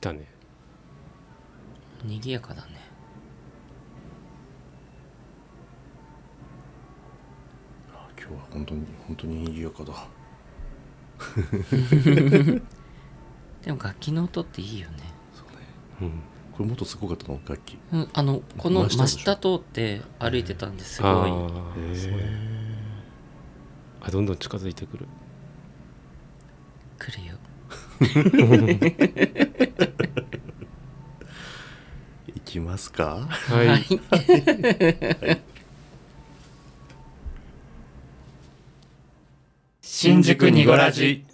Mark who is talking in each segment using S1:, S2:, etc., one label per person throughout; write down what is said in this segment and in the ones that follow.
S1: たね
S2: 賑やかだね
S3: あ今日は本当に本当に賑やかだ
S2: でも楽器の音っていいよね
S3: そうね
S1: うん
S3: これもっとすごかったの楽器
S2: うんあのこの
S3: 真
S2: 真
S3: 下
S2: 下通って歩いてたんですごい
S1: あ
S3: へ
S1: ー
S3: ー
S1: そうねあどんどん近づいてくる
S2: 来るよ
S3: いきますか
S1: はい、
S2: 新宿にごらじ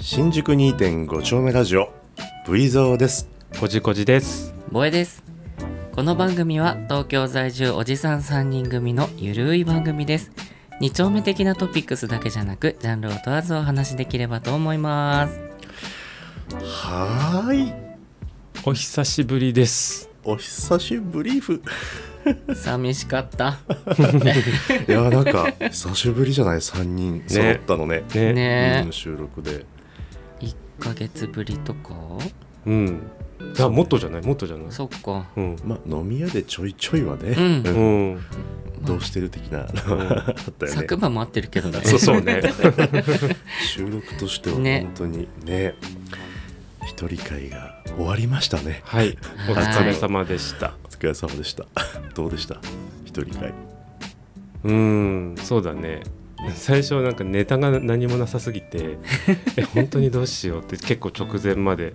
S3: 新宿2.5丁目ラジオ V ゾーです
S1: こじこじです
S2: ボエですこの番組は東京在住おじさん3人組のゆるい番組です二丁目的なトピックスだけじゃなくジャンルを問わずお話しできればと思います
S3: はーい
S1: お久しぶりです
S3: お久しぶりふ
S2: 寂しかった
S3: いやなんか 久しぶりじゃない3人揃ったのね
S1: ね
S2: ね
S3: うん収録で
S2: 1ヶ月ぶりとか
S1: うんいやもっとじゃないもっとじゃない
S2: そっか
S1: うん
S3: まあ飲み屋でちょいちょいはね、
S2: うん
S1: うん、
S3: どうしてる的なあったよね
S2: 昨晩も合ってるけどね
S1: そうそうね
S3: 収録としては
S2: ね
S3: 本当にね一人会が終わりましたね
S1: はいお疲れ様でした、
S3: お疲れ様でしたどうでした一人会
S1: うんそうだね最初なんかネタが何もなさすぎ てえ本当にどうしようって結構直前まで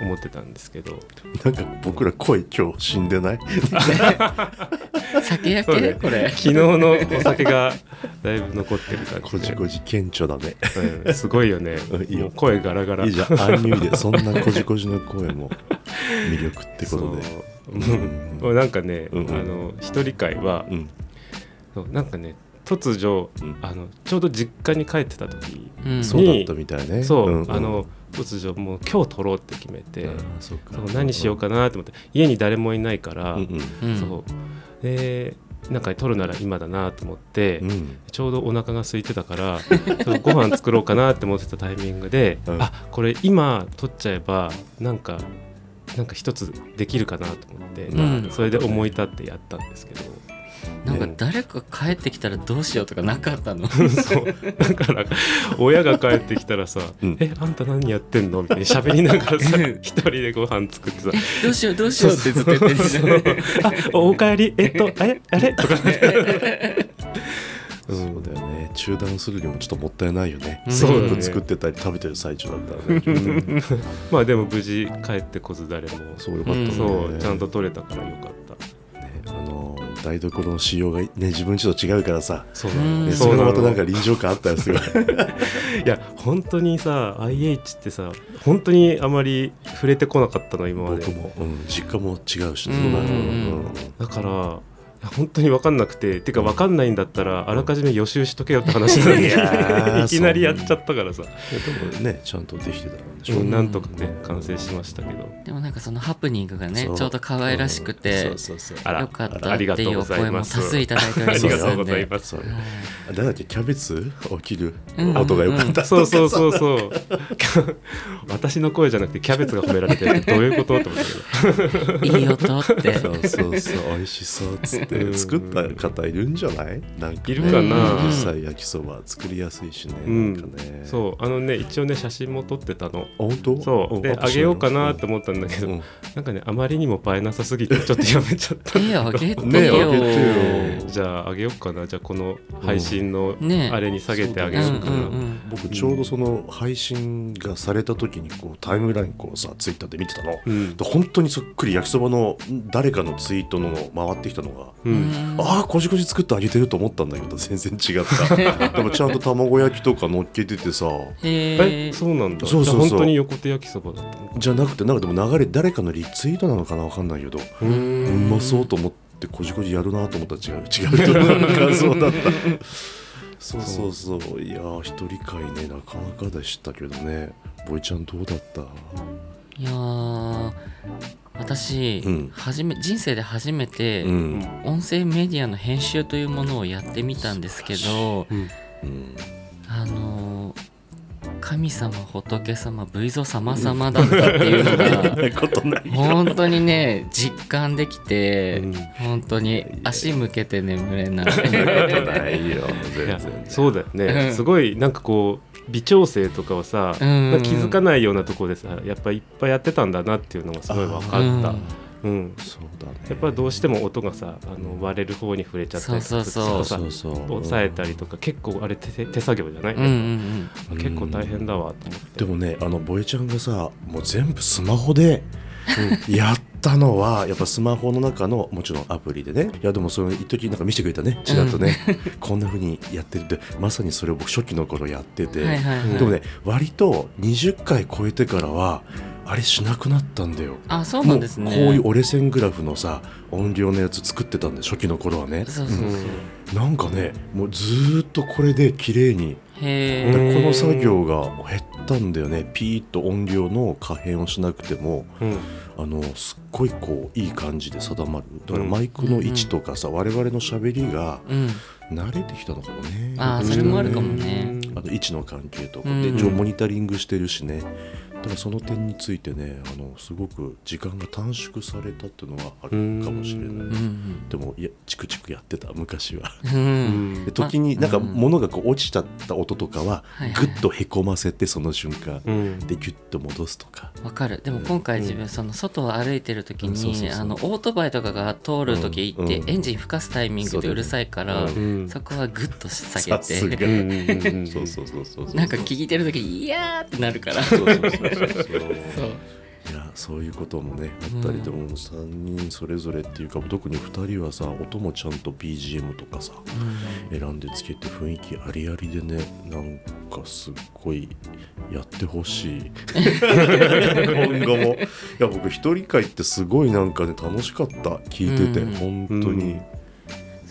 S1: 思ってたんですけど
S3: なんか僕ら声今日死んでない
S2: 酒焼
S1: そう
S2: け
S1: ね
S2: これ
S1: 昨日のお酒がだいぶ残ってる感
S3: こ
S1: じ
S3: じ
S1: で、
S3: こじ顕著だね
S1: うんすごいよね
S3: うんいいよ
S1: もう声ガラガラ
S3: いいじゃんアンニュイでそんなこじこじの声も魅力ってことで
S1: そう
S3: うん
S1: もうなんかね、
S3: うんうん
S1: あの一人会は、
S3: うん
S1: そうなんかね突如、
S3: うん
S1: あのちょうど実家に帰ってた時、
S2: うん
S3: そうだったみたいね
S1: そう、
S3: んん
S1: あの突如もう今日撮ろうって決めて、
S3: あそうか
S1: そう何しようかなと思って家に誰もいないから、
S3: うんうん
S2: うん
S1: そうでなんか撮るなら今だなと思って、
S3: うん
S1: ちょうどお腹が空いてたからそうご飯作ろうかなって思ってたタイミングで、
S3: うん
S1: あこれ今撮っちゃえばなんかなんか一つできるかなと思って、
S2: うん
S1: それで思い立ってやったんですけど、
S2: なんか誰か帰ってきたらどうしようとかなかっ たの
S1: そうだから親が帰ってきたらさ「
S3: うん
S1: えあんた何やってんの?」みたいに喋りながらさ一人でご飯作ってさ
S2: どうしようどうしようってずっと言ってるじゃん
S1: 「あおおかえりえっとあれあれ?」とかね
S3: そうだよね中断するにもちょっともったいないよね
S2: そうだね
S3: 作ってたり食べてる最中だったらね
S1: まあでも無事帰ってこず誰も
S3: そうよかったね
S1: そうちゃんと取れたからよかった
S3: ねあの台所の仕様がね自分ちと違うからさ
S1: そう
S2: なの
S3: ね
S2: うん
S3: それがまたなんか
S1: い
S3: 臨場感あったりする
S1: や本当にさ IH ってさ本当にあまり触れてこなかったの今まで
S3: 僕も、うん、実家も違うしね
S2: うん
S3: そな
S2: うん
S3: うん
S1: だからいや本当に分かんなくててか分かんないんだったらあらかじめ予習しとけよって話なん
S3: いやー
S1: で いきなりやっちゃったからさ、
S3: いやでもねちゃんとできてたんでしょ
S1: う
S3: う、
S1: んなんとかね完成しましたけど
S2: でもなんかそのハプニングがね
S3: そう
S2: ちょうど可愛らしくて、
S3: うんそうそうそう
S1: あら
S2: よかった
S1: あ
S2: って
S1: りがと
S2: いうう
S1: ご
S2: お
S1: ざい
S2: 声も多
S1: ます
S2: 数いただいており
S1: あ
S2: ます
S1: り
S2: ので
S1: がとうございます
S3: そうあなんだっけキャベツ起きる
S2: うん
S3: 音が良かった、
S1: そうそうそうそう 私の声じゃなくてキャベツが褒められてるってどういうことって思ったけど
S2: いい音って
S3: そうそうそう美味しそうっつっ
S1: う
S3: て
S1: ん
S3: 作った方いるんじゃないなんか、ね、
S1: いるか
S2: な
S3: 実際焼きそば作りやすいしね、
S1: うん
S3: なんかねう
S1: そうあのね一応ね写真も撮ってたの
S3: あ本当
S1: そうであげようかなと
S3: 思
S1: 思ったんだけど、
S3: うん
S1: なんかねあまりにも映えなさすぎてちょっとやめちゃ った
S2: 手あげてよ、
S3: ねえあげてよ
S1: じゃああげようかなじゃあこの配信の
S2: ねえ
S1: あれに下げてあげようかな、
S2: うんうんうん
S3: 僕ちょうどその配信がされた時にこうタイムラインこうさツイッターで見てたの、
S1: うん
S3: で本当にそっくり焼きそばの誰かのツイートの回ってきたのが、
S1: う
S2: うんん
S3: ああこじこじ作ってあげてると思ったんだけど全然違ったでもちゃんと卵焼きとか乗っけててさ
S2: へ
S1: え
S2: え
S1: そうなんだ
S3: そうそうそう
S1: じゃあ本当に横手焼きそばだったの
S3: じゃなくてなんかでも流れ誰かのリツイートなのかなわかんないけど
S1: う
S3: うんまそうと思ってこじこじやるなと思ったら違う違うと思う感想だったそうそうそういやー一人会ねなかなかでしたけどねボイちゃんどうだった
S2: いやー私、
S3: うん
S2: 初め人生で初めて、
S3: うん
S2: 音声メディアの編集というものをやってみたんですけど
S1: うん
S3: うん
S2: あのー神様仏様仏像様様だったっていうの が
S3: なこと ないよ
S2: 本当にね実感できて、
S1: うん
S2: 本当に足向けて眠れ ない
S3: なことないよ
S1: い
S3: 全
S1: や
S3: 然
S1: そうだよね、
S2: うん
S1: すごいなんかこう微調整とかをさ、
S2: うん
S1: なんか気づかないようなところでさやっぱいっぱいやってたんだなっていうのがすごい分かった
S2: うん、
S1: うん、
S3: そうだね
S1: やっぱどうしても音がさあの割れる方に触れちゃったりと
S2: そう
S1: か
S2: そう
S1: ちょっ
S2: そ
S1: とさ
S2: う
S3: そうそうそう
S1: 押さえたりとか結構あれ手手手作業じゃない、
S2: うんうんうん
S3: うん
S1: 結構大変だわと思って
S3: でもねあのボエちゃんがさもう全部スマホでやったのはやっぱスマホの中のもちろんアプリでねいやでもそれ一時なんか見せてくれたねちらっとね、こんな風にやってるってまさにそれを僕初期の頃やってて、
S2: はいはいはい、
S3: でもね割と20回超えてからはあれしなくなったんだよ
S2: あそうなんですね
S3: もうこういう折れ線グラフのさ音量のやつ作ってたんで初期の頃はね
S2: そうそうそう、
S1: うん
S3: なんかねもうずーっとこれで綺麗に
S2: へ
S1: う
S3: だから
S1: ん
S2: え
S3: この作業が減ったんだよねピーッと音量の可変をしなくても
S1: うん
S3: あのすっごいこういい感じで定まるだから
S1: うん
S3: マイクの位置とかさ、我々のしゃべりが
S2: うん
S3: 慣れてきたのかもね
S2: あーそれもあるかもね
S3: あの位置の関係とか
S2: うん
S3: で一応モニタリングしてるしねだからその点についてねあのすごく時間が短縮されたっていうのはあるかもしれ
S1: う
S2: う
S3: ない
S2: ん
S3: でもいやチクチクやってた昔は。
S2: うんう
S1: うんん
S3: で時になんか
S2: うん
S3: 物がこう落ちちゃった音とかは
S2: はいは
S3: ぐ
S2: い
S3: っとへこませてその瞬間
S1: うん
S3: でギュッと戻すとか
S2: わかるでも今回自分その外を歩いてる時
S3: うんそうそう
S2: に
S3: そう
S2: あのオートバイとかが通る時行って
S3: うん
S2: エンジン吹かすタイミングでうるさいから
S3: そう
S1: うん
S2: そこはグッと下
S3: さす
S2: げ
S3: が
S2: て
S1: うんうんうんうん
S3: そうそうそうそ う
S2: なんか聞いてる時に「いやー!」ってなるからそ
S3: そううそうそうそうそういやそういうこともねあったりでも3人それぞれっていうか特に2人はさ音もちゃんと BGM とかさ選んでつけて雰囲気ありありでねなんかすっごいやってほし い今後もいや僕一人会ってすごいなんかね楽しかった聞いてて、
S2: うん
S3: 本当に、
S1: うん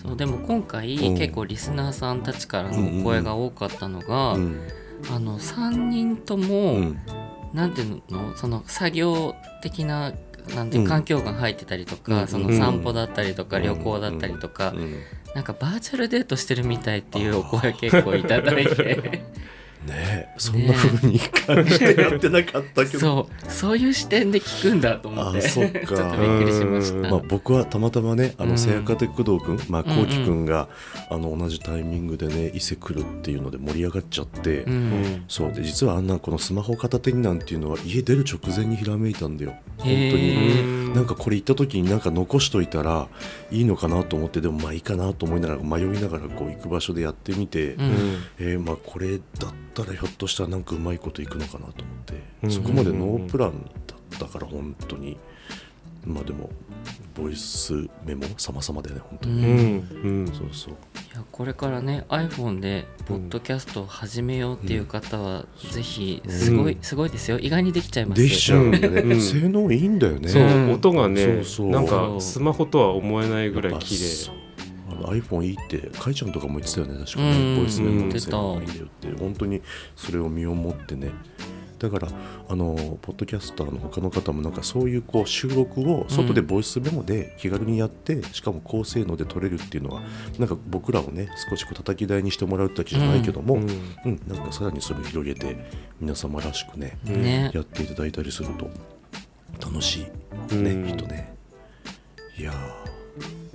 S2: そうでも今回
S3: うん
S2: 結構リスナーさんたちからのお声が多かったのが
S3: うん
S2: あの3人と
S3: う
S2: も
S3: ん
S2: なんていうのその作業的ななんて
S3: うん
S2: 環境が入ってたりと
S3: う
S2: か
S3: ん
S2: その散歩だったりとか
S3: うん
S2: 旅行だったりとか
S3: うん
S2: なんかバーチャルデートしてるみたいっていうお声結構いただいて
S3: ねえそんな風に感じてやってなかったけど、
S2: そうそういう視点で聞くんだと思って
S3: あそっか
S2: ちょっとびっくりしました、
S3: まあ、僕はたまたまねあ
S2: う
S3: の
S2: ん
S3: 聖火的工藤君、まあ、
S2: うんう
S3: こ
S2: ん
S3: うき君が、あの同じタイミングでね伊勢来るっていうので盛り上がっちゃって、
S2: う、
S1: うんん
S3: そうで実はあんなこのスマホ片手になんていうのは家出る直前にひらめいたんだよ本当
S2: へ
S3: に。
S2: ー
S3: なんかこれ行った時になんか残しといたらいいのかなと思ってでもまあいいかなと思いながら迷いながらこう行く場所でやってみて、
S2: うん
S3: えーまあこれだったらひょっとしたらなんかうまいこといくのかなと思って、
S1: うん
S3: そこまでノープランだったから本当にまあでもボイスメモ様々だよね本当
S1: う
S3: に、
S1: んうんうん
S3: そうそう
S2: いやこれからね iPhone でポッドキャストを始めようっていう方は、ぜひすごい、
S1: うん
S2: すごいですよ意外にできちゃいます
S3: できちゃうんだよね、
S1: うんうん
S3: 性能いいんだよね
S1: そう、
S2: うん
S1: 音がね
S3: そうそう
S1: なんかスマホとは思えないぐらい綺麗
S3: あの iPhone いいってかいちゃんとかも言ってたよね確か
S2: うんうん
S3: ねボイスメモの性
S2: う
S3: 能
S2: ん
S3: がいいんだよって本当にそれを身をもってねだからあのポッドキャスターの他の方もなんかそういうこう収録を外でボイスメモで気軽にやって、しかも高性能で撮れるっていうのはなんか僕らをね少しこう叩き台にしてもらうってわけじゃないけども、
S1: う
S3: うん
S1: ん
S3: なんかさらにそれを広げて皆様らしくね
S2: ね
S3: やっていただいたりすると楽しい
S1: うん
S3: ね、きっとね。いや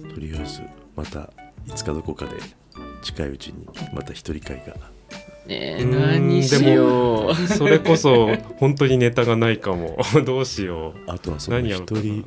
S3: ーとりあえずまたいつかどこかで近いうちにまた一人会が
S2: ね
S1: うん
S2: 何しよう
S1: それこそ本当にネタがないかも どうしよ
S3: あとはその
S1: 何やろ
S3: 一
S1: うかな
S3: 人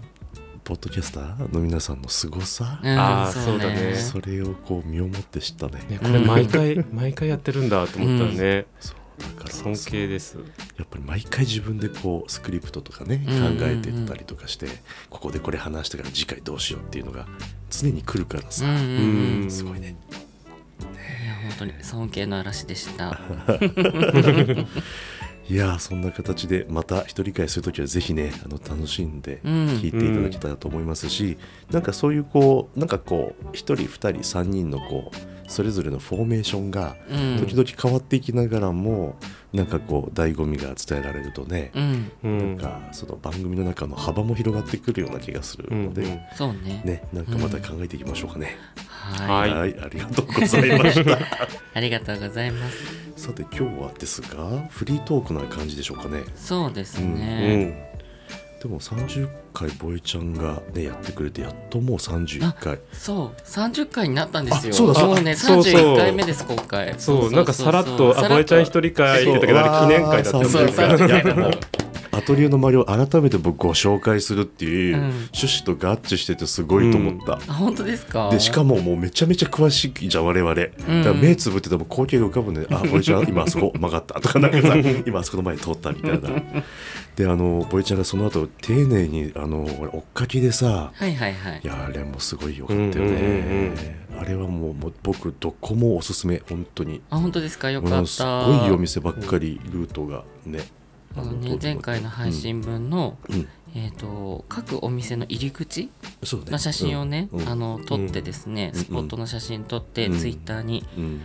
S3: ポッドキャスターの皆さんのすごさ、
S2: うん
S1: あーそうだね
S3: それをこう身をもって知ったね。
S1: う、ね、これ毎回、毎回やってるんだと思ったらね、
S3: そうだから
S1: 尊敬です
S3: やっぱり毎回自分でこうスクリプトとかね
S2: うんうんうん
S3: 考えてったりとかして、ここでこれ話したから次回どうしようっていうのが常に来るから
S2: う
S3: さ、
S2: んうんうん
S1: うん
S3: すごいね。
S2: いや本当に尊敬の嵐でした。
S3: いやーそんな形でまた一人会するときはぜひねあの楽しんで
S2: うん
S3: 聞いていただけたらと思いますし、なんかそういうこうなんかこう一人二人三人のこうそれぞれのフォーメーションが
S2: うん
S3: 時々変わっていきながらも、なんかこう醍醐味が伝えられるとね、
S2: うん
S1: うん
S3: なんかその番組の中の幅も広がってくるような気がする
S1: うん
S3: ので、
S1: うん
S2: そうね
S3: ねなんかまた考えていきましょうかね、
S2: はい
S1: はい
S3: ありがとうございました
S2: ありがとうございます
S3: さて今日はですがフリートークな感じでしょうかね
S2: そうです
S1: う
S2: ね、
S1: ん
S3: でも30回ボエちゃんがねやってくれてやっともう31回
S2: そう30回になったんですよ
S3: あそうだそうだ
S2: もうね
S1: そうそう
S2: 31回目です今回
S1: そうなんかさらっと「あ
S2: さ
S1: ぼえちゃん一
S2: と
S1: 人会」って言ったけど
S3: そう
S1: あれ記念会だった
S3: わ
S1: よね
S2: そ
S3: ー
S2: う
S3: そうそう
S2: 30回も
S3: アトリエの周りを改めて僕ご紹介するっていう
S2: うん
S3: 趣旨と合致しててすごいと思った、
S2: あ本当ですか
S3: でしかももうめちゃめちゃ詳しいじゃん我々、だから目つぶってても光景が浮かぶんで「あボイちゃん今あそこ曲がった」とかなんかさ「今あそこの前通った」みたいなであのボイちゃんがその後丁寧にあの追っかけでさ
S2: はいはいはい
S3: いやあれもすごいよかったよね、
S1: うんうん
S3: あれはもうもう僕どこもおすすめ本当に
S2: あ本当ですかよ
S3: も
S2: かっ
S3: の
S2: た
S3: すごいお店ばっかりルートがね
S2: あのね前回の配、信分の、
S3: うんうん
S2: えー、と各お店の入り口
S3: そうね
S2: の写真をね、
S3: うんうん
S2: あの撮ってですね、
S3: うん
S2: スポットの写真撮って、
S3: うん
S2: ツイッターに
S3: うん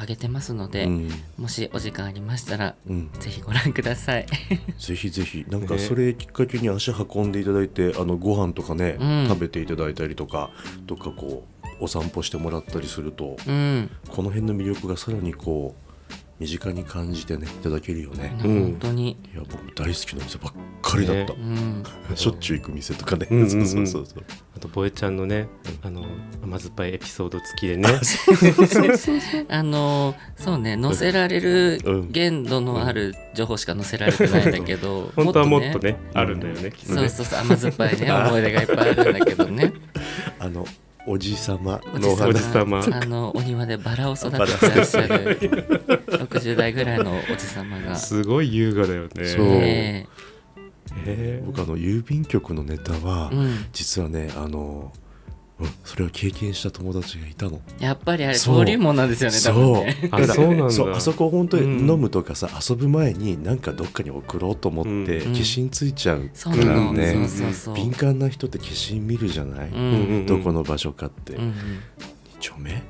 S2: 上げてますので、
S3: うん
S2: もしお時間ありましたら
S3: うん
S2: ぜひご覧ください
S3: ぜひぜひなんか
S1: ね
S3: それきっかけに足運んでいただいてあのご飯とかね、
S2: うん
S3: 食べていただいたりとかとかこうお散歩してもらったりすると、
S2: うん、
S3: この辺の魅力がさらにこう身近に感じてねいただけるよね、
S1: うん
S2: 本当に、
S3: いや僕大好きな店ばっかりだった、
S2: うん
S3: しょっちゅう行く店とかね、
S1: うんうん
S3: そううんそうそうそう
S1: あとぼえちゃんのねあの甘酸っぱいエピソード付きで ね
S2: あのそうね載せられる
S3: うん
S2: 限度のある情報しか載せられてないんだけど
S1: 本当はもっと
S2: ね
S1: ねあるんだよねきっと
S2: そう
S1: ね
S2: そうそう甘酸っぱいね思い出がいっぱいあるんだけどね
S3: あのおじさま
S2: おじ
S3: のお
S2: さま
S1: おじ
S3: 話
S1: さま
S2: あのお庭でバラを育ててらっしゃる60代ぐらいのおじさまが
S1: すごい優雅だよね
S3: そう
S2: え
S1: えー
S3: 僕あの郵便局のネタは、
S2: えうん、
S3: 実はねあの、うん、それを経験した友達がいたの
S2: やっぱりあれ
S3: そう
S2: 登竜門なんですよね多分ね
S1: あそうなんだ
S3: そうあそこ本当に
S1: うん
S3: 飲むとかさ、遊ぶ前になんかどっかに送ろうと思って
S2: うん
S3: 化身ついちゃう
S2: そ
S3: か
S2: う
S3: ら
S2: なの、
S3: ね、
S2: そうそうそう
S3: 敏感な人って化身見るじゃない、
S2: うん
S1: うんうん
S3: どこの場所かって、
S2: うんうん
S3: 2丁目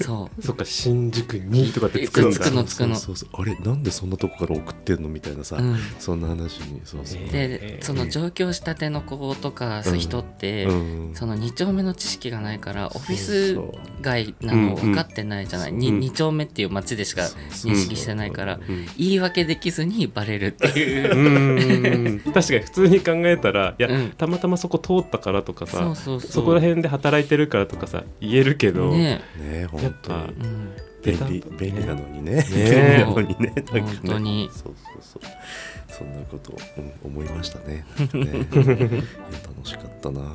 S2: そ
S1: そっか新宿2とかってつくんだ
S2: つくのつくの
S3: そうそうそうあれなんでそんなとこから送ってんのみたいなさ、
S2: う、うん、
S3: そんな話にそうそう、
S1: え
S2: でその上京したての子とか
S3: うん
S2: 人って、
S3: うん
S2: その2丁目の知識がないからオフィス
S3: そう
S2: 街な
S1: うんうん
S2: の分かってないじゃない、
S1: う
S2: 2,
S1: ん
S2: 丁目っていう街でしか
S3: そう
S2: 認識してないか
S1: う
S2: ら、
S1: ん
S2: 言い訳できずにバレるっていう
S1: うーん確かに普通に考えたらいや、
S2: うん
S1: たまたまそこ通ったからとかさ
S2: そ
S1: そう
S2: そうそう
S1: こら辺で働いてるからとかさ言えるけど、
S2: ね
S3: ね
S1: やっ
S3: 本当
S1: ぱ
S3: に
S2: うん、
S3: 便利便利なのにね
S1: ね
S3: 便利なのにねなんかね
S2: 本当に
S3: そうそうそうそんなこと、うん、思いました ねなんかねいや楽しかったな
S2: よ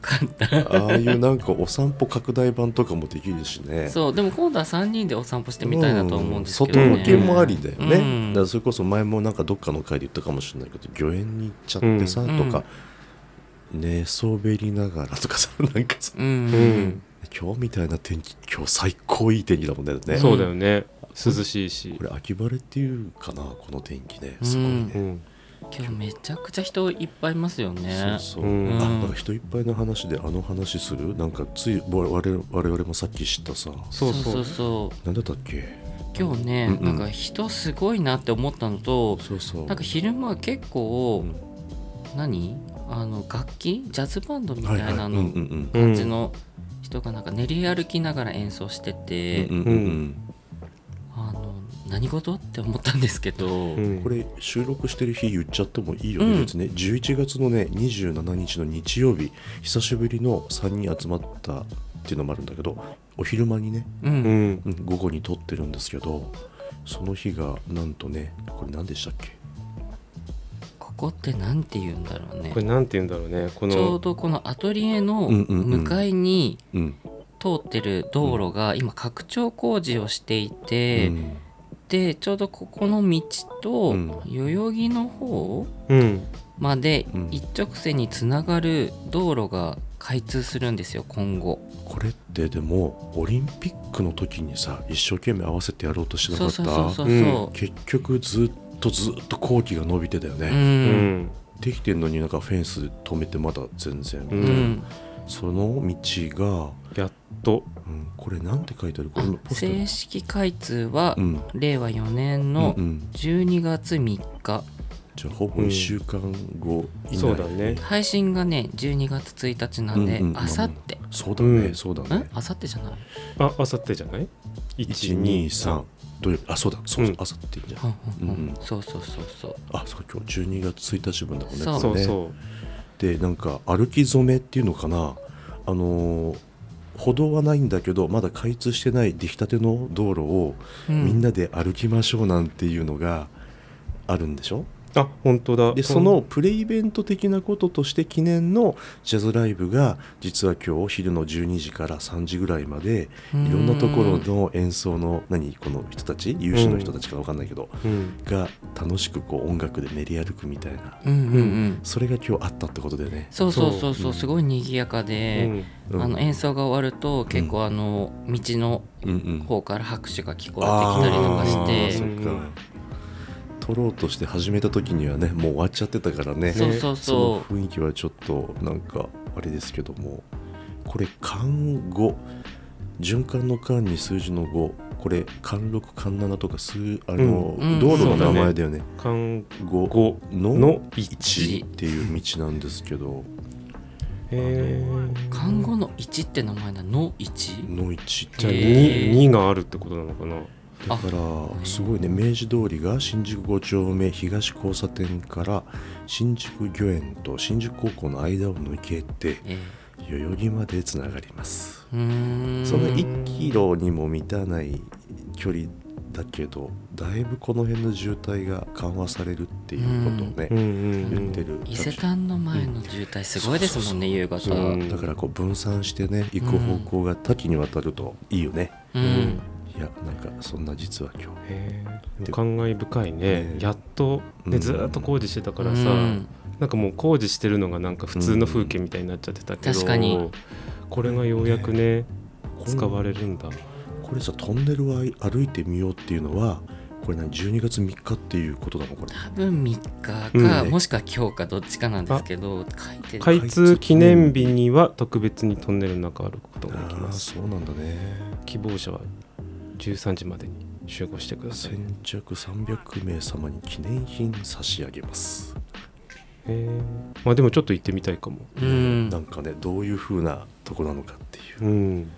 S2: かった
S3: ああいうなんかお散歩拡大版とかもできるしね
S2: そうでも今度は3人でお散歩してみたいなと思うんですけど、
S3: う
S2: ね
S3: ん外向けもありだよね、
S2: うん
S3: だからそれこそ前もなんかどっかの回で言ったかもしれないけど御苑に行っちゃってさ、
S2: うん
S3: とか寝そべりながらとかさ なんかさ
S2: うん、
S1: うん
S3: 今日みたいな天気今日最高いい天気だもんねね
S1: そうだよね涼しいし
S3: こ、れ秋晴れっていうかなこの天気ねすごいね、
S1: うん、
S2: 今日めちゃくちゃ人いっぱいいますよね
S3: そうそう、
S1: うん
S3: あなんか人いっぱいの話であの話するなんかつい我々我々もさっき知ったさ
S1: そうそう
S2: そうそう
S3: なんだったっけ
S2: 今日ね、
S3: うんうん
S2: なんか人すごいなって思ったのと
S3: そうそう
S2: なんか昼間結構、
S3: うん
S2: 何あの楽器ジャズバンドみた
S3: はいいはい
S2: な
S3: うん
S2: の、
S3: うんうん
S1: うん
S2: 感じの人がなんか練り歩きながら演奏してて、
S3: うんうんうん
S2: あの何事って思ったんですけど、
S1: うん
S3: これ収録してる日言っちゃってもいいよね、
S2: うん
S3: 別にね11月のね27日の日曜日久しぶりの3人集まったっていうのもあるんだけどお昼間にね、
S2: う
S1: うんん
S3: うん午後に撮ってるんですけどその日がなんとねこれ何でしたっけ
S2: ここって何て言うんだろうね
S1: これなんて言うんだろうねこ
S2: ちょう
S1: の
S2: どこのアトリエの
S3: うんうんうん
S2: 向かいに
S3: うん、
S2: 通ってる道路が今拡張工事をしていて、
S3: うん
S2: でちょうどここの道と
S3: うん
S2: 代々木の方
S1: うん
S2: まで
S3: うん
S2: 一直線につながる道路が開通するんですよ今後
S3: これってでもオリンピックの時にさ一生懸命合わせてやろうとしな
S2: そ
S3: か
S2: う
S3: っ
S2: そうそうそ
S3: た
S2: うそう
S3: 結局ずっとずっと後期が伸びてたよ
S2: う
S3: ね、
S2: ん
S3: できてんのになんかフェンス止めてまだ全然、
S1: う
S2: うんん
S3: その道
S1: やっと
S3: が、うん、これなんて書いてあるこれポスタ
S2: 正
S3: ー
S2: 式開通は
S3: うん
S2: 令和4年の
S3: うんうん
S2: 12月3日
S3: じゃあほぼ1週間後以内、
S1: そうだね
S2: 配信がね12月1日なんで
S3: うんうん
S2: あさって
S3: そうだね、
S1: うん
S3: そうだ
S2: ん
S3: ね
S2: あさってじゃない
S1: ああさってじゃない
S3: 123土曜日あそうだそうそううんあさってじゃん
S2: うんうんう
S3: うん
S2: んそうそうそうそう
S3: あそうか今日12月1日分だもんね
S2: そう
S1: そう
S3: ね
S1: そ
S3: でなんか歩き初めっていうのかなあのー歩道はないんだけどまだ開通してない出来たての道路を
S2: うん
S3: みんなで歩きましょうなんていうのがあるんでしょ、
S1: うあ本当だ
S3: でそのプレイベント的なこととして記念のジャズライブが実は今日昼の12時から3時ぐらいまで
S2: う
S3: いろんなところの演奏の何この人たち有志の人たちか分かんないけど、
S1: うん
S3: が楽しくこう音楽で練り歩くみたいな
S2: うんうんうん
S3: それが今日あったってことだよね。
S2: そうそうそう
S3: そう
S2: そううんすごい賑やか
S1: う
S2: で
S1: ん
S3: うん
S2: あの演奏が終わると結構あの道の
S3: うんうん
S2: 方から拍手が聞こ
S3: あ
S2: えてきたりとかし
S3: ー
S2: て
S3: そっ
S1: う
S3: か
S1: ん
S3: 撮ろうとして始めた時にはねもう終わっちゃってたからね
S2: そうそうそ
S3: の雰囲気はちょっとなんかあれですけどもこれ間後循環の間に数字の5これ間六間七とか数あの、
S2: うんうん
S3: 道路の名前だよね
S1: 韓
S3: 5
S1: 語
S3: の
S1: の
S3: 1っていう道なんですけど
S1: えー
S2: 看護の1って名前だの1
S3: の1って
S1: じゃあ
S2: へ
S1: 2,、
S2: ー
S1: 二があるってことなのかな
S3: だからすごいね明治通りが新宿5丁目東交差点から新宿御苑と新宿高校の間を抜けて
S2: え
S3: 代々木までつながります
S2: えうーん
S3: その1キロにも満たない距離だけどだいぶこの辺の渋滞が緩和されるっていうことをね
S1: うんうんう
S3: 言
S1: ん
S3: ってる
S2: 伊勢丹の前の渋滞すごいですもんね夕方
S1: そう
S2: うん
S3: だからこう分散してね行く方向が多岐にわたるといいよね、
S2: うん
S3: いやなんかそんな実は今日
S1: へーでも感慨深いね
S3: ね
S1: やっと
S3: う
S1: ね
S3: ん
S1: ずーっと工事してたからさ、なんかもう工事してるのがなんか普通の風景みたいになっちゃってたけど、
S2: うん確かに
S1: これがようやくね使われるんだ
S3: これさトンネルを歩いてみようっていうのはこれ何12月3日っていうことなのこれ
S2: 多分3日
S3: う
S2: か
S3: ん
S2: もしくは今日かどっちかなんですけど書いてる
S1: 開通記念日には特別にトンネルの中を歩くことができ
S3: ああ
S1: ます
S3: そうなんだね
S1: 希望者は13時までに集合してくださいへ
S3: 先着300名様に記念品差し上げます、
S1: えまあでもちょっと行ってみたいかも
S2: うん
S3: なんかねどういう風なとこなのかっていう
S1: うん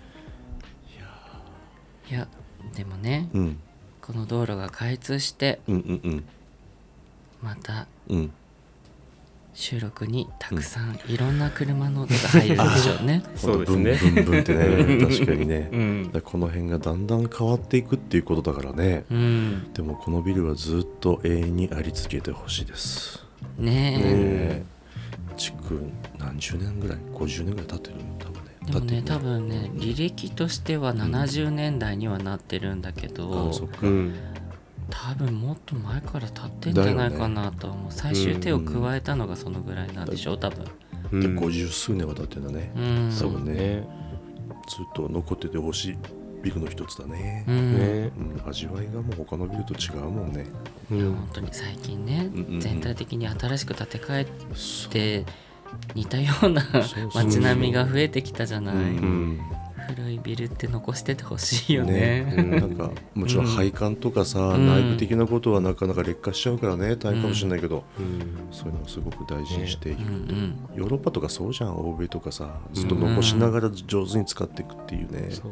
S2: いやでもね
S3: うん
S2: この道路が開通して
S3: うんうん
S2: また
S3: うんうん
S2: 収録にたくさんいろんな車の音が入るでしょうね
S1: そうですね
S3: ほんとブンブンブンってね確かにね、
S1: うん
S3: だからこの辺がだんだん変わっていくっていうことだからね
S2: うん
S3: でもこのビルはずっと永遠にあり続けてほしいです
S2: ね
S3: ねえ築何十年ぐらい50年ぐらい経ってるんだもんね
S2: えでもね
S3: 経
S2: 多
S3: ってる
S2: 分ね履歴としては70年代にはなってるんだけど
S3: あそっか、
S1: うん
S2: 多分もっと前から経ってんじゃないかなと思う、最終手を加えたのがそのぐらいなんでしょう多分
S1: うん
S3: で50数年は経ってるんだね、
S2: うん
S3: そうね
S1: ね
S3: ずっと残っててほしいビルの一つだね、
S2: う
S3: うん
S2: ん
S1: ね
S3: 味わいがもう他のビルと違うもんね
S1: う
S2: いや
S1: ん
S2: 本当に最近ね、
S3: うんうんうん
S2: 全体的に新しく建て替
S3: そ
S2: えて似たような
S3: うそうそう
S2: 街並みが増えてきたじゃない、
S1: ん
S2: 古いビルって残しててほしいよね
S3: ね、なんかもちろん配管とかさ、
S2: ん
S3: 内部的なことはなかなか劣化しちゃうからね大変かもしれないけど、
S1: うん
S3: そういうのをすごく大事にしてい
S2: う
S3: く、
S2: んうん
S3: ヨーロッパとかそうじゃん欧米とかさずっと残しながら上手に使っていくっていうね、
S1: そう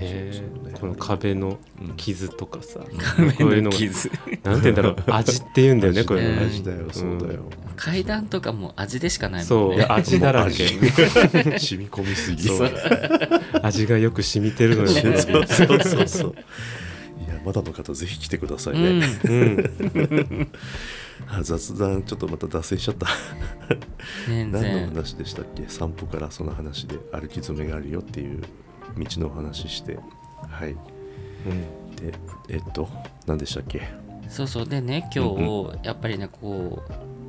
S1: ね
S3: そうそうね
S1: この壁の傷とかさ、こうい
S2: 壁
S1: うの
S2: の
S1: が
S2: 傷
S1: なんて言うんだろう味って言うんだよねこういうの
S2: ね
S1: ね
S3: 味だよそうだよ、
S2: 階段とかも味でしかないもん
S1: そう
S2: ね
S1: 味だ らけ
S3: 味染み込みすぎ
S2: そう
S1: 味がよく染みてるのよね
S3: そうそうそ うそう。いや、まだの方、ぜひ来てください
S2: うん
S3: ね。
S1: うん
S3: あ雑談、ちょっとまた脱線しちゃった。
S2: 全
S3: 何の
S2: 然
S3: 話でしたっけ散歩からその話で歩き詰めがあるよっていう道のお話して。はい。
S1: うん
S3: で、えっと、何でしたっけ
S2: そうそうでね今日やっぱりねこ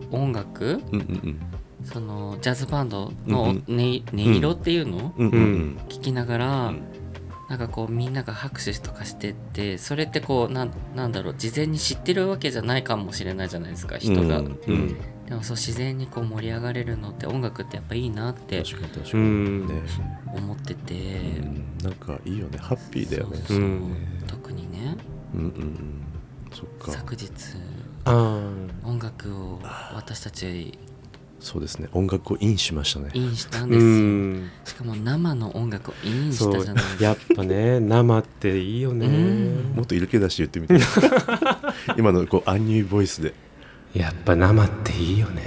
S2: う音楽
S3: うんうん
S2: そのジャズバンドの
S3: うん
S2: 音ね音色っていうのを
S3: うん。うんうんうん。
S2: 聞きながら、
S3: うん
S2: なんかこうみんなが拍手とかしてってそれってこうなんなんだろう事前に知ってるわけじゃないかもしれないじゃないですか人が、
S3: うん
S1: う
S3: うんん、
S2: でもそう自然にこう盛り上がれるのって音楽ってやっぱいいなって
S3: 確かに確か
S1: う
S3: に、
S1: ん
S3: ね
S2: 思ってて、
S3: うんなんかいいよねハッピーだよね
S2: そうそう
S1: うん
S2: 特にね
S3: うんうんうんそっか
S2: 昨日
S1: あ
S2: 音楽を私たち
S3: そうですね音楽をインしましたね
S2: インした
S1: あ
S2: ん
S1: う
S2: ですよ
S1: ん
S2: しかも生の音楽をインし
S1: そ
S2: た
S1: う
S2: じゃないですか
S1: やっぱね生っていいよね
S2: うん
S3: もっと色気出して 言ってみて今のこうアンニュイボイスで
S1: やっぱ生っていいよね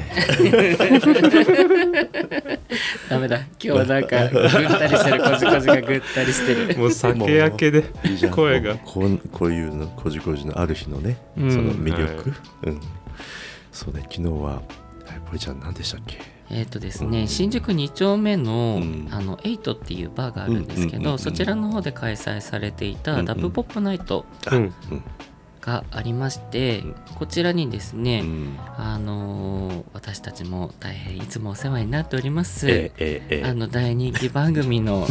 S2: ダメだ今日はなんかぐったりしてるこじこじがぐったりしてる
S1: もう酒焼けで
S3: いいじゃん
S1: 声が
S3: もうこうこういうのこじこじのある日のね、
S1: うん
S3: その魅力、
S1: は
S3: うんそうね昨日ははいポイちゃん何でしたっけ
S2: えっとです
S3: う
S2: ね
S3: ん
S2: 新宿2丁目の,、
S3: うん
S2: あのエイトっていうバーがあるんですけど、
S3: うんうんうんうん
S2: そちらの方で開催されてい
S3: うん
S2: た
S3: うん
S2: ダブポップナイト
S1: うん
S3: うん
S2: がありまして、
S3: うん
S2: こちらにですね、
S3: うん
S2: あのー私たちも大変いつもお世話になっております、
S3: えええ
S2: あ
S3: え
S2: の大人気番組 の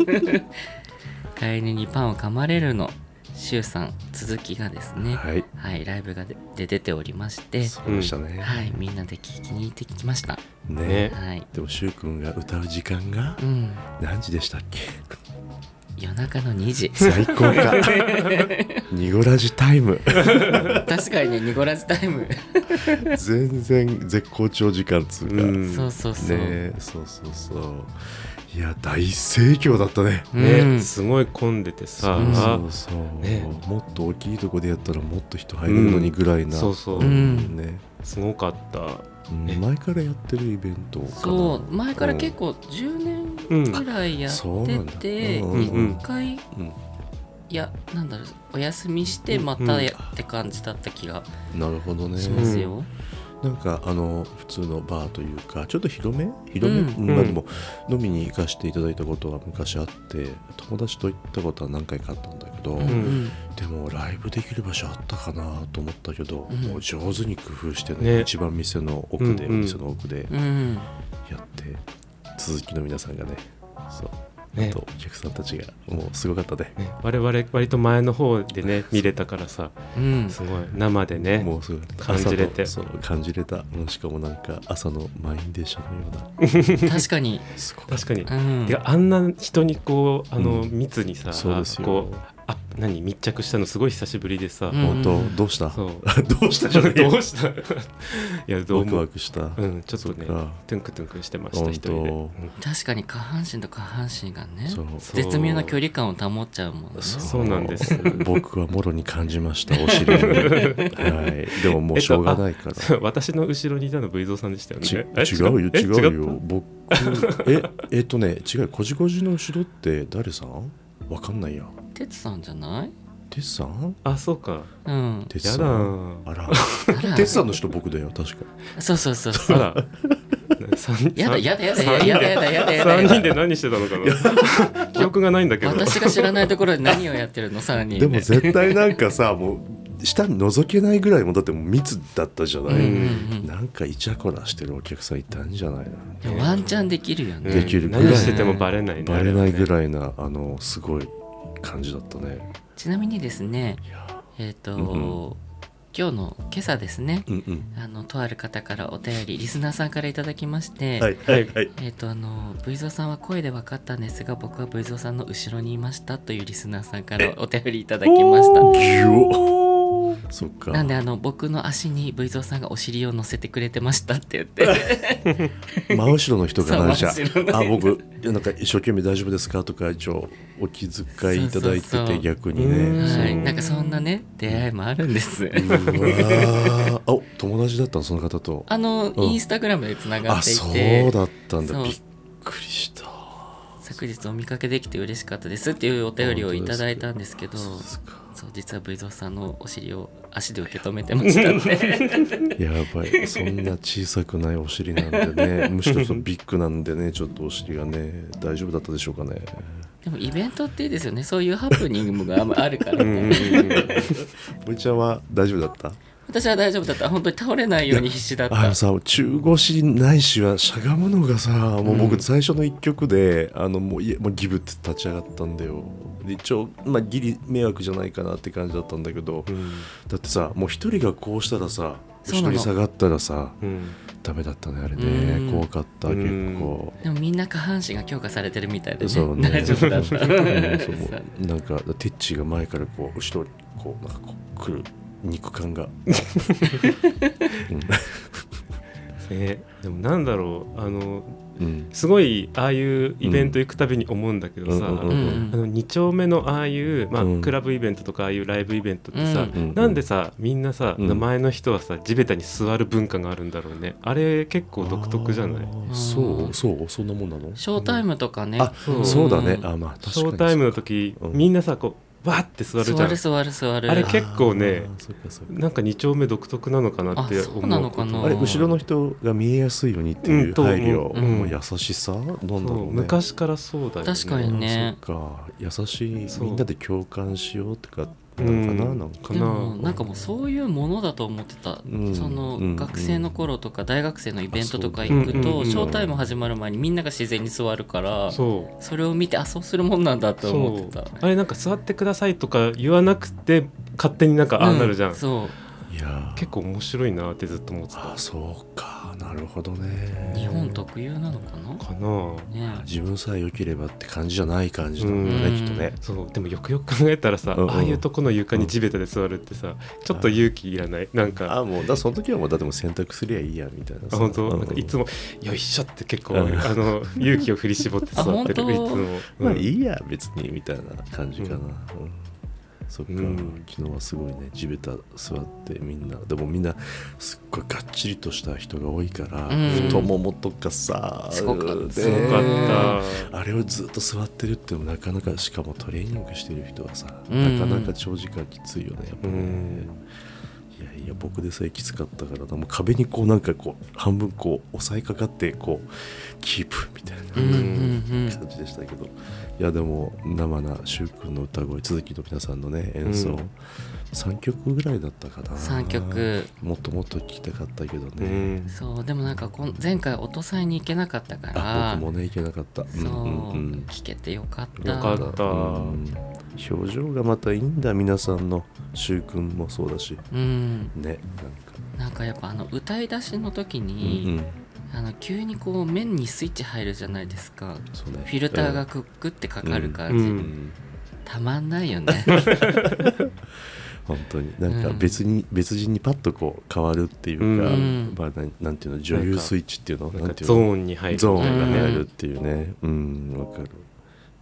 S2: 「飼い犬にパンを噛まれるの」シュウさん続きがですね、
S3: はい
S2: はい、ライブがでで出ておりまして、
S3: そうでしたね、
S2: はい、みんなで聞きに行ってきました。
S3: ね
S2: はい、
S3: でもしゅうくんが歌う時間が
S2: うん、
S3: 何時でしたっけ
S2: 夜中の2時
S3: 最高か濁らじタイム
S2: 確かにね濁らずタイム
S3: 全然絶好調時間つうか、
S1: うん
S2: そうそうそう、
S3: ねそうそうそういや大盛況だったね
S2: うん
S1: ねすごい混んでてさ
S2: ん
S3: そうそう、
S1: ね
S3: もっと大きいとこでやったらもっと人入るのにぐらいな、
S1: そうそう
S2: うん
S3: ね、
S1: すごかった
S3: うん
S1: ね
S3: 前からやってるイベントかな
S2: そう前から結構10年
S1: うん
S2: くらいやっ
S3: そうなんだ
S2: てて、
S3: うん
S1: うんうん
S2: 一回
S3: うん
S2: いやなんだろうお休みしてまたやって感じだった気が
S3: なるほどね
S2: しますよ、
S3: なんかあの普通のバーというかちょっと広め広め、
S2: う
S3: うんんまあでも飲みに行かせていただいたことが昔あって友達と行ったことは何回かあったんだけど、
S2: うんうん
S3: でもライブできる場所あったかなと思ったけど、
S2: うん
S3: もう上手に工夫してね
S1: ね
S3: 一番店の奥で、
S1: うんうん
S3: お店の奥で
S2: うん
S3: やって続きの皆さんがねそう
S1: ね
S3: あとお客さんたちがもうすごかったね
S1: ね我々割と前の方でね見れたからさ
S2: うん
S1: すごい生でね
S3: もうすごかった
S1: 感じれて
S3: 朝のそう感じれたもうしかもなんか朝の満員電車のよう
S2: 確かに、
S3: なすごかった
S1: 確かに
S2: うん、
S1: てかあんな人にこうあの、
S3: うん
S1: 密にさ
S3: そうですよ
S1: こうあ何密着したのすごい久しぶりでさ、
S2: うん
S3: 本当、どうした
S1: そう
S3: どうしたじゃな い
S1: どうした いやどう
S3: ワクワ
S1: も
S3: クした、
S1: うんちょっとね
S3: そっか
S1: トゥンクトゥンクしてました
S3: 本当
S1: 一人で、うん
S2: 確かに下半身と下半身がね
S3: そう
S1: そう
S2: 絶妙な距離感を保っちゃうもんね
S1: そうなんです
S3: 僕はもろに感じましたお 尻に、はい、でももうしょうがないから、
S1: そう 私の後ろにいたの V 蔵さんでしたよね
S3: ち
S1: え
S3: 違うよ
S1: え
S3: 違う
S1: 違っ
S3: よ僕え えっとね違うこじこじの後ろって誰さんわかんないや
S2: 哲さんじゃない
S3: てつさん
S1: たあそうか
S2: うん
S3: てつ
S1: や
S3: さ
S1: だ
S3: ん
S1: ー
S3: あら
S2: ら
S3: てつさんの人僕だよ確か
S2: そうそうそうそ
S1: あ
S2: う
S1: ら 三
S2: やだやだやだ
S1: 三
S2: やだやだやだやだ
S1: 三人
S2: やだ
S1: で何してたのかな 記憶がないんだけど
S2: 私が知らないところで何をやってるのさらに
S3: でも絶対なんかさもう下に覗けないぐらいもだってもう密だったじゃない、
S2: うんうん
S3: なんかイチャコラしてるお客さんいたんじゃないの
S2: うんワンチャンできるよ
S1: うん
S2: ね
S3: できるぐらい
S1: 何しててもバレないね
S3: バレないぐ
S1: い
S3: らいなあのすごい感じだったね
S2: ちなみにですね
S3: いや
S2: えっと
S3: うん
S2: 今日の今朝ですね
S3: うんうん
S2: あのとある方からお便りリスナーさんからいただきまして
S3: はいはいはい
S2: えっとあの V 蔵さんは声で分かったんですが僕は V 蔵さんの後ろにいましたというリスナーさんからお便りいただきました
S3: ぎゅおそっか
S2: なんであの僕の足に V 蔵さんがお尻を乗せてくれてましたって言って
S3: 真後ろの人がなんじゃ
S2: そう真後ろの
S3: あ僕なんか一生懸命大丈夫ですかとか一応お気遣いいただいて
S2: そうそうそう
S3: て逆に
S1: う
S3: ね
S1: ん
S2: はいなんかそんなね出会いもあるんです
S3: うわーあ友達だったのその方と
S2: あの
S3: うん
S2: インスタグラムでつなが
S3: あ
S2: ってい
S3: そう
S2: て
S3: だったんだ
S2: そう
S3: びっくりした
S2: 昨日お見かけできて嬉しかったですっていうお便りをいただいたんですけど
S3: そうですか
S2: そう実は V 蔵さんのお尻を足で受け止めてました ね
S3: やばいそんな小さくないお尻なんで ねむしろそうビッグなんでねちょっとお尻がね大丈夫だったでしょうかね
S2: でもイベントっていいですよねそういうハプニングがあるから
S1: うんうん
S2: ね
S1: うん
S3: おいちゃんは大丈夫だった
S2: 私は大丈夫だった本当に倒れないように必死だった
S3: あのさ中腰ないしはしゃがむのがさもう僕最初の1曲で、あのもういえもうギブって立ち上がったんだよで一応、まあ、ギリ迷惑じゃないかなって感じだったんだけど、
S1: ん
S3: だってさもう一人がこうしたらさ
S2: そう
S3: 一
S2: なの
S3: 人下がったらさ
S1: うん
S3: ダメだったねあれね、
S2: うん
S3: 怖かった
S1: うん
S3: 結構。
S2: でもみんな下半身が強化されてるみたいでね
S3: そうね
S2: 大丈夫だった
S3: うんそう
S2: そ
S3: なんかテッチが前からこう後ろにこうなんかこう来る肉感が、
S1: ね、でもなんだろうあの
S3: うんうん
S1: すごいああいうイベント行くたびに思うんだけどさ、
S3: うんうん
S2: う
S3: う
S1: あ
S2: ん
S1: の2丁目のああいう、まあ
S3: うん
S1: クラブイベントとかああいうライブイベントってさ、
S2: うん
S1: なんでさみんなさ、
S3: うん
S1: 名前の人はさ地べたに座る文化があるんだろうねあれ結構独特じゃない
S3: あーそうそうそんなもんなの
S2: ショータイムとかね
S3: あ
S1: うん
S3: そうだねあまあ確かに
S1: ショータイムの時、
S3: うん
S1: みんなさこうバーって座るじゃ
S2: 座
S1: ん
S2: る座る座る
S1: あれ結構ね
S3: あーそっかそっか
S1: なんか2丁目独特なのかなって
S2: あ
S1: 思う
S2: そうなのかな
S3: あれ後ろの人が見えやすいようにっていう
S1: と思う
S3: 配慮、
S1: うん
S3: もう優しさなんだろう
S1: そ
S3: ね
S1: う昔からそうだよね
S2: 確かにね
S3: あーそっか優しい
S1: そう
S3: みんなで共感しようとかなのかな、
S1: うん
S3: なんか
S1: か
S2: で
S1: な
S2: もなんかもうそういうものだと思ってた、
S3: うん
S2: その
S3: うん
S2: 学生の頃とか大学生のイベントとか行
S1: あ
S2: く
S1: そううんうん
S2: と、
S1: うん
S2: ショータイム始まる前にみんなが自然に座るからそ
S1: そう
S2: れを見てあそうするもんなんだと思って
S1: そう
S2: た
S1: あれなんか座ってくださいとか言わなくて勝手になんかああなるじゃん、
S2: うそ
S3: いやー
S1: 結構面白いなってずっと思ってた
S3: あ
S1: か
S3: ーそうかなるほど
S2: う
S3: ね
S2: 日本特有なのかな
S1: な
S2: ね
S3: 自分さえ良ければって感じじゃない感じなんだ
S1: う
S3: ね
S2: ん
S3: きっとね
S1: そうでもよくよく考えたらさ、
S3: うんうん
S1: ああいうとこの床に地べたで座るってさ、ちょっと勇気いらないなんか
S3: あーもうだからその時はもうだってもう洗濯すりゃいいやみたいな
S1: あ
S3: さ
S1: 本当
S3: うん
S1: なんかいつも「よいしょ」って結構、
S3: うん
S1: あの勇気を振り絞って座
S2: あ本
S1: って
S2: 当
S1: るいつも、うん
S3: まあいいや別にみたいな感じかな、
S1: うん
S3: うんそっか、
S1: うん
S3: 昨日はすごいね地べた座ってみんなでもみんなすっごいがっちりとした人が多いから、
S2: うん
S3: 太ももとかさ
S2: すごかった
S3: です
S1: ごかった、
S3: あれをずっと座ってるってもなかなかしかもトレーニングしてる人はさ、
S2: うん
S3: なかなか長時間きついよねやっぱ
S1: う
S3: ね、
S1: ん
S3: いやいや僕でさえきつかったからなもう壁にこうなんかこう半分こう押さえかかってこうキープみたいな、
S2: うんうん
S3: 感じでしたけど、いやでも生な柊君の歌声続きの皆さんのね演奏、
S1: うん
S3: 3曲ぐらいだったか
S2: う
S3: な
S2: ん3曲
S3: もっともっと聴きたかったけど
S1: う
S3: ね、
S1: ん
S2: そうでもなんかこん前回音祭に行けなかったから
S3: あ僕もねいけなかったう
S2: そう、
S3: んうんうん
S2: 聞けてよかった
S1: よかった
S3: うん表情がまたいいんだ皆さんの柊君もそうだし
S2: うん
S3: ねな
S2: な
S3: んか
S2: んかやっぱあの歌い出しの時
S3: うん
S2: に、
S3: うん
S2: あの急にこう面にスイッチ入るじゃないですか
S3: そうね
S2: フィルターがクックってかかる感じ、
S1: う
S3: うんん
S2: たまんないよね
S3: 本当になんか
S2: うん
S3: 別に、別人にパッとこう変わるっていうか、
S2: うん
S3: まあ、なんなんていうの女優スイッチっていう
S1: な
S3: の
S1: ん
S3: な
S1: か
S3: んていう
S1: ゾ
S3: の
S1: ーンに入る
S3: ゾーンが
S2: ね
S3: ねあるっていうねうんわ、かる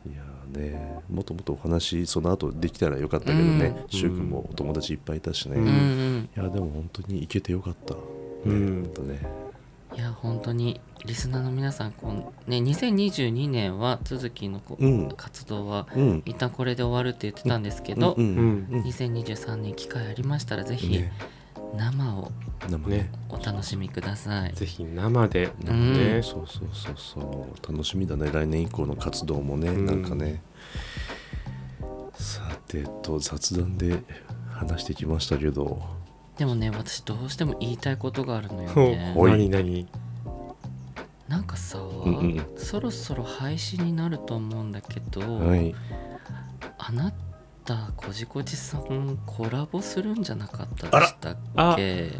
S3: いやーねもっともっとお話その後できたらよかったけどね
S1: うん
S3: 柊、君もお友達いっぱいいたしね、
S1: う
S2: うんん
S3: いうや
S2: ん
S3: ーでも本当に行けてよかった、ね
S1: うん
S3: 本当ね
S2: いや本当にリスナーの皆さんこう、ね、2022年は続きのこう、
S3: うん
S2: 活動は
S3: うん
S2: 一旦これで終わるって言ってたんですけど、
S3: うん
S1: う
S3: うん
S1: ん
S2: 2023年機会ありましたらぜひ
S3: ね
S2: 生を
S3: 生ね
S1: ね
S2: お楽しみください、
S1: ぜひ生で、
S2: うん
S1: ね
S3: そうそうそうそう楽しみだね来年以降の活動もね、
S1: うん
S3: なんかねさてと雑談で話してきましたけど
S2: でもね私どうしても言いたいことがあるのよ
S1: ほ
S2: ね
S1: う何何
S2: なんかさ、
S3: んうん
S2: そろそろ廃止になると思うんだけど、
S3: はい
S2: あなたこじこじさんコラボするんじゃなかった
S3: あ
S2: で
S3: ら
S2: したっ
S1: あ
S2: け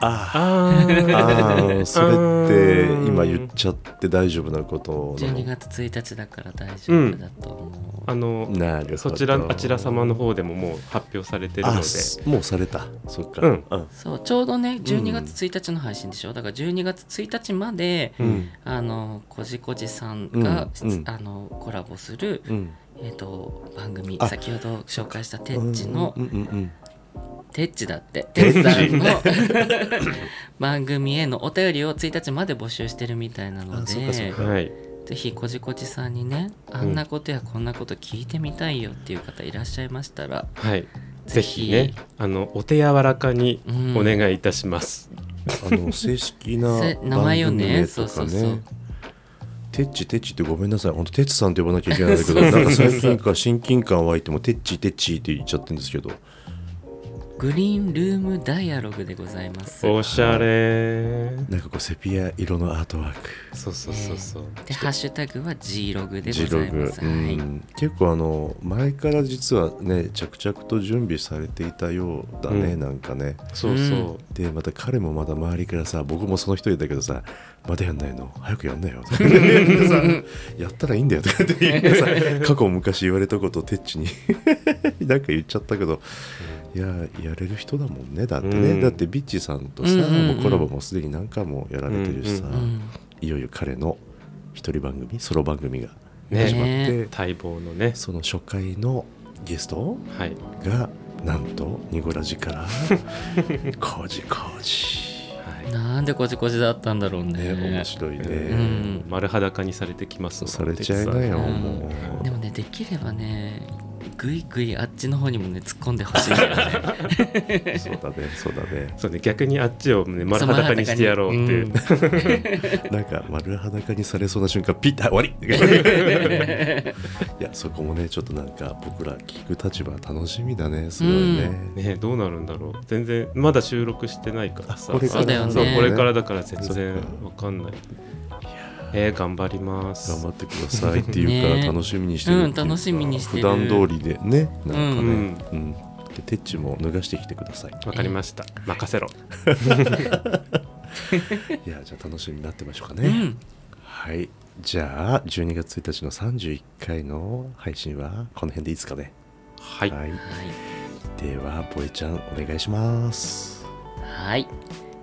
S3: ああ
S1: あ
S3: あーそれって
S1: うん
S3: 今言っちゃって大丈夫なことなの
S2: 12月1日だから大丈夫だと思う、
S1: あの
S3: なるほど
S1: そちらあちら様の方でももう発表されてるので
S3: あすもうされたそっか
S1: うん
S2: そうちょうどね12月1日の配信でしょ、だから12月1日まで
S1: うん
S2: あのこじこじさんが、
S3: うんうん
S2: あのコラボする、
S3: うん
S2: えー、と番組
S3: あ
S2: 先ほど紹介したテッチの
S3: うんうんうん
S2: てっちだっててっち さんの番組へのお便りを1日まで募集してるみたいなの
S3: あそうかそう
S2: で
S3: か
S1: はい
S2: ぜひこじこじさんにねあんなことやこんなこと聞いてみたいよっていう方いらっしゃいましたら、
S1: はい
S2: ぜ
S1: ぜ
S2: ひ
S1: ひねあのお手柔らかに
S2: うん
S1: お願いいたします、
S3: あの正式な
S2: せ名前よねそうそうそう
S3: てっちてっちってごめんなさい本当てっちさんって呼ばなきゃいけないんだけどなんか最近か親近感湧いてもてっちてっちって言っちゃってるんですけど
S2: グリーンルームダイアログでございます
S1: おしゃれ
S3: なんかこうセピア色のアートワーク
S1: そうそうそうそう、
S2: でハッシュタグは G ログでご
S3: ジ
S2: ざ
S3: ロ
S2: いま
S3: グ
S2: す、
S3: う
S2: はい
S3: ん、結構あの前から実はね着々と準備されていたようだね、
S1: うん
S3: なんかね
S1: そうそ
S3: でまた彼もまだ周りからさ僕もその一人だけどさまだやんないの早くやんな よさやったらいいんだよとかって 言ってさ過去昔言われたことをテッチに なんか言っちゃったけどいややれる人だもんねだってね、
S1: うん
S3: だってビッチさんとさ、
S2: うんうんうん
S3: もうコラボもすでに何回もやられてるしさ、
S1: うん
S2: うん
S3: いよいよ彼の一人番組ソロ番組が
S1: うね
S3: 始まって、
S2: ね
S1: 待望のね
S3: その初回のゲスト
S1: はい
S3: がなんとニゴラジからコージコージ
S1: はい
S2: なんでこじこじだったんだろうね
S3: ね面白いね、
S2: ん
S1: 丸裸にされてきますの
S3: されちゃいなよ、
S2: うん
S3: もう
S2: でもねできればねぐいぐいあっちの方にもね突っ込んでほしいんだよね
S3: そうだねそうだね
S1: そうね逆にあっちを、ね、丸裸にしてやろうっていう、
S2: ん
S3: なんか丸裸にされそうな瞬間ピッてあ終わりいやそこもねちょっとなんか僕ら聞く立場楽しみだねすごいね、
S1: ねどうなるんだろう全然まだ収録してないからさ
S3: あこれから
S2: そうだよね
S1: そうこれからだから全然
S3: そっか
S1: わかんないえー、頑張ります
S3: 頑張ってくださいっていうか、
S2: ね
S3: 楽しみにしてるっていうか
S2: うん楽しみにしてる
S3: 普段通りでね
S2: う
S3: なんかね、うんんでてっちも脱がしてきてください
S1: わかりました、任せろ
S3: いやじゃあ楽しみになってましょうか
S2: う
S3: ね、
S2: ん
S3: はいじゃあ12月1日の31回の配信はこの辺でいいですかね
S1: はい、
S2: は
S3: ではボイちゃんお願いします
S2: い、はい、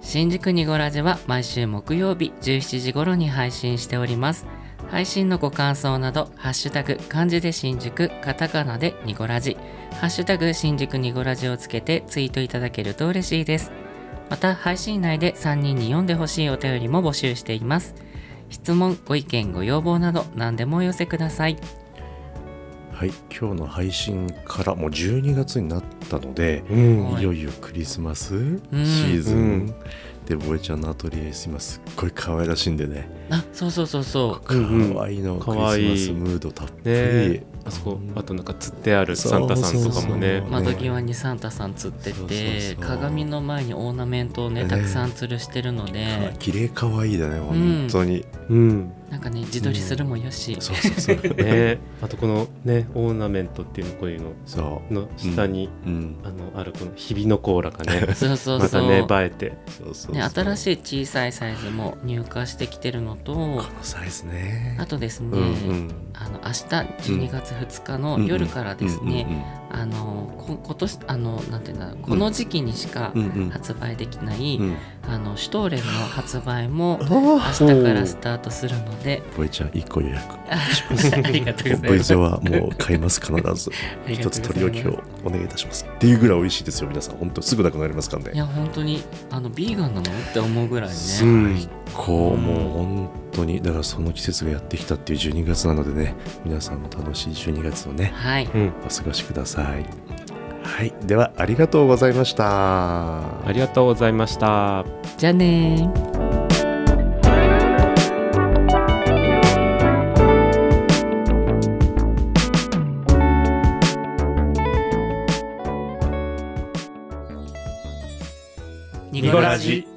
S2: 新宿にごラジは毎週木曜日17時頃に配信しております配信のご感想など「ハッシュタグ漢字で新宿カタカナでニゴラジ」「ハッシュタグ新宿ニゴラジ」をつけてツイートいただけると嬉しいですまた配信内で3人に読んでほしいお便りも募集しています質問ご意見ご要望など何でもお寄せください
S3: はい今日の配信からもう12月になったので、
S1: うん
S2: はい
S3: いよいよクリスマスシーズン、
S1: うん
S3: でボイちゃんのアトリエ今すっごい可愛らしいんでね
S2: あそうそうそうそう
S3: 可愛いの、ク
S1: 可
S3: リスマス
S1: 愛い
S3: ムードたっぷり、
S1: ねあそこ
S3: うん
S1: あとなんか釣ってあるサンタさんとかもね
S3: そうそうそう
S2: 窓際にサンタさん釣ってて、
S3: そうそうそう
S2: 鏡の前にオーナメントをね
S3: ね
S2: たくさん吊るしてるので、
S3: か綺麗可愛いだね本当に、
S1: うん
S2: なんかね自撮りするもよし、
S3: そうそうそう
S1: ねあとこのねオーナメントっていうのこういうの
S3: そ
S1: の下に、
S3: う、うん、
S1: あのあるこのひびの甲羅がね
S2: そうそう
S1: ま
S2: そ
S1: た
S2: う、
S1: ね映えて
S3: そうそうそう
S2: ね、新
S3: い
S2: しい小さいサイズも入荷してきてるのと
S3: このサイズね
S2: あとですね、
S3: うんうん
S2: あの明日12月2日の夜からですね、あのこ今年あのなんていうんだろうこの時期にしか
S3: うんうんうん
S2: 発売できない、
S3: うん
S2: あのシュトーレンの発売も
S3: うんあ
S2: 明日からスタートするの で、
S3: ボイちゃん一個予約
S2: ありがとうござい
S3: ボ
S2: ま
S3: イ
S2: す。
S3: ゾはもう買います必
S2: あ
S3: ず
S2: りがとうございます
S3: 一つ取り置きをお願いいたしますっていうぐらい美味しいですよ皆さん本当すぐなくなりますから
S2: い
S3: ね
S2: や本当にあのビーガンなのって思うぐらいね。
S1: うん
S3: こうもう本当にだからその季節がやってきたっていう12月なのでね皆さんも楽しい12月をね
S2: はい。
S1: うん
S3: お過ごしくださいはいではありがとうございました
S1: ありがとうございました
S2: じゃあねー。ニ
S1: ゴラジ